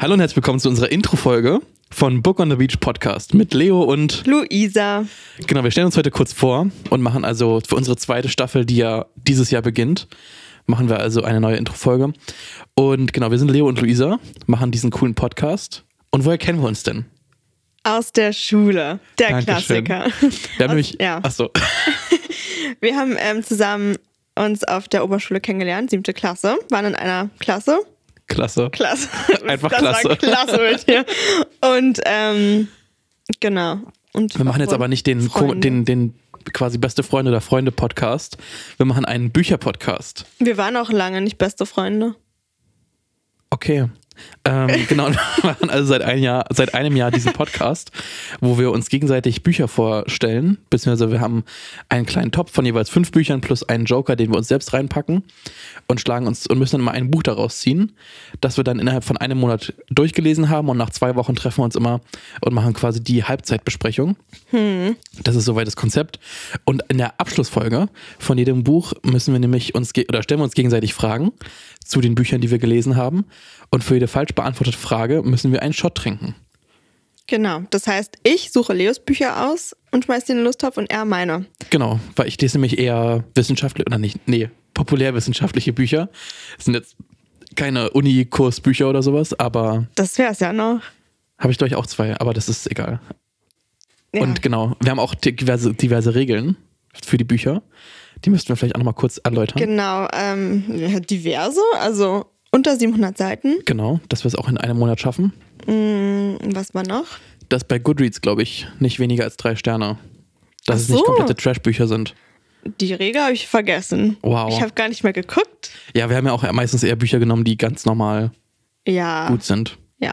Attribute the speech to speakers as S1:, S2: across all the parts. S1: Hallo und herzlich willkommen zu unserer Intro-Folge von Book on the Beach Podcast mit Leo und
S2: Luisa.
S1: Genau, wir stellen uns heute kurz vor und machen also für unsere zweite Staffel, die ja dieses Jahr beginnt, machen wir also eine neue Intro-Folge. Und genau, wir sind Leo und Luisa, machen diesen coolen Podcast. Und woher kennen wir uns denn?
S2: Aus der Schule. Der
S1: Dankeschön.
S2: Klassiker.
S1: Wir haben nämlich.
S2: ja.
S1: Achso.
S2: Wir haben ähm, zusammen uns auf der Oberschule kennengelernt, siebte Klasse, waren in einer Klasse.
S1: Klasse.
S2: Klasse.
S1: Einfach
S2: das
S1: Klasse.
S2: War klasse mit dir. Und ähm, genau. Und
S1: Wir machen jetzt aber nicht den, Ko-
S2: Freunde.
S1: den, den quasi beste Freunde oder Freunde-Podcast. Wir machen einen Bücher-Podcast.
S2: Wir waren auch lange nicht beste Freunde.
S1: Okay. Ähm, genau, wir machen also seit, ein Jahr, seit einem Jahr diesen Podcast, wo wir uns gegenseitig Bücher vorstellen. Beziehungsweise wir haben einen kleinen Topf von jeweils fünf Büchern plus einen Joker, den wir uns selbst reinpacken und schlagen uns und müssen dann mal ein Buch daraus ziehen, das wir dann innerhalb von einem Monat durchgelesen haben und nach zwei Wochen treffen wir uns immer und machen quasi die Halbzeitbesprechung. Das ist soweit das Konzept. Und in der Abschlussfolge von jedem Buch müssen wir nämlich uns ge- oder stellen wir uns gegenseitig Fragen zu den Büchern, die wir gelesen haben. Und für jede falsch beantwortete Frage müssen wir einen Shot trinken.
S2: Genau. Das heißt, ich suche Leos Bücher aus und schmeiß die in den Lusttopf und er meine.
S1: Genau, weil ich lese nämlich eher wissenschaftliche oder nicht, nee, populärwissenschaftliche Bücher. Das sind jetzt keine Uni-Kursbücher oder sowas, aber
S2: Das wär's ja noch.
S1: habe ich glaube ich auch zwei, aber das ist egal.
S2: Ja.
S1: Und genau, wir haben auch diverse, diverse Regeln für die Bücher. Die müssten wir vielleicht auch nochmal kurz erläutern.
S2: Genau, ähm, ja, diverse, also unter 700 Seiten.
S1: genau, dass wir es auch in einem Monat schaffen.
S2: Hm, was war noch?
S1: dass bei Goodreads, glaube ich, nicht weniger als drei Sterne. Dass
S2: Ach
S1: es nicht
S2: so.
S1: komplette Trash-Bücher sind.
S2: Die Regel habe ich vergessen.
S1: Wow.
S2: Ich habe gar nicht mehr geguckt.
S1: Ja, wir haben ja auch meistens eher Bücher genommen, die ganz normal
S2: Ja.
S1: gut sind.
S2: Ja.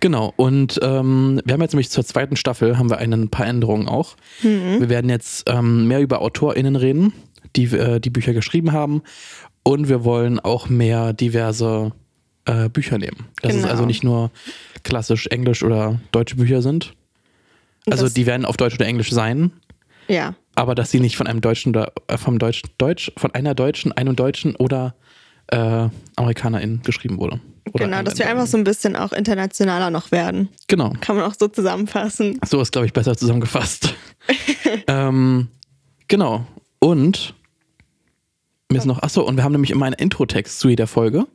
S1: Genau, und ähm, wir haben jetzt nämlich zur zweiten Staffel, haben wir ein paar Änderungen auch.
S2: Mhm.
S1: Wir werden jetzt ähm, mehr über AutorInnen reden, die äh, die Bücher geschrieben haben. Und wir wollen auch mehr diverse äh, Bücher nehmen. Dass es
S2: Genau.
S1: also nicht nur klassisch Englisch oder deutsche Bücher sind. Also
S2: Das-
S1: die werden auf Deutsch oder Englisch sein,
S2: Ja.
S1: aber dass sie nicht von einem Deutschen oder äh, vom Deutschen, Deutsch, von einer Deutschen, einem Deutschen oder äh, Amerikanerin geschrieben wurde. Oder
S2: genau, dass wir
S1: Engländerin.
S2: einfach so ein bisschen auch internationaler noch werden.
S1: Genau.
S2: Kann man auch so zusammenfassen.
S1: So ist, glaube ich, besser zusammengefasst. ähm, genau. Und mir ist noch, achso, und wir haben nämlich immer einen Intro-Text zu jeder Folge.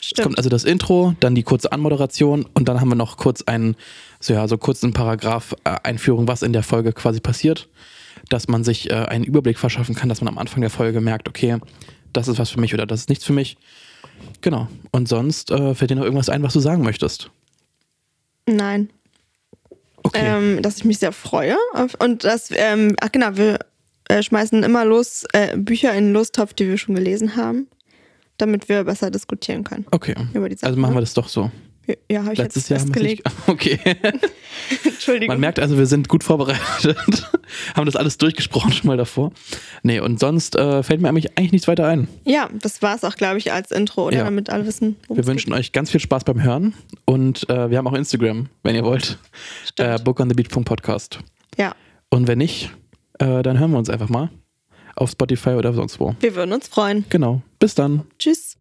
S1: Es kommt
S2: Stimmt.
S1: also das Intro, dann die kurze Anmoderation und dann haben wir noch kurz einen, so ja, so kurz einen Paragraph äh, Einführung, was in der Folge quasi passiert, dass man sich äh, einen Überblick verschaffen kann, dass man am Anfang der Folge merkt, okay, das ist was für mich oder das ist nichts für mich. Genau. Und sonst äh, fällt dir noch irgendwas ein, was du sagen möchtest.
S2: Nein.
S1: Okay.
S2: Ähm, dass ich mich sehr freue. Auf, und dass, ähm, ach genau, wir äh, schmeißen immer los äh, Bücher in den Lusttopf, die wir schon gelesen haben, damit wir besser diskutieren können.
S1: Okay.
S2: Über die Sache.
S1: Also machen wir das doch so.
S2: das. Ja, habe ich
S1: Letztes Jahr
S2: jetzt
S1: haben wir es
S2: festgelegt.
S1: nicht. Okay.
S2: Entschuldigung.
S1: Man merkt also, wir sind gut vorbereitet, haben das alles durchgesprochen schon mal davor. Nee, und sonst äh, fällt mir eigentlich, eigentlich nichts weiter ein.
S2: Ja, das war's auch, glaube ich, als Intro, oder?
S1: Ja.
S2: Damit alle wissen, worum
S1: Wir
S2: es
S1: wünschen euch ganz viel Spaß beim Hören und äh, wir haben auch Instagram, wenn ihr wollt. Äh,
S2: Stimmt.
S1: bookonthebeach.podcast.
S2: geht. Ja,
S1: Und wenn nicht, äh, dann hören wir uns einfach mal auf Spotify oder sonst wo.
S2: wir würden uns freuen.
S1: Genau. Bis dann.
S2: Tschüss.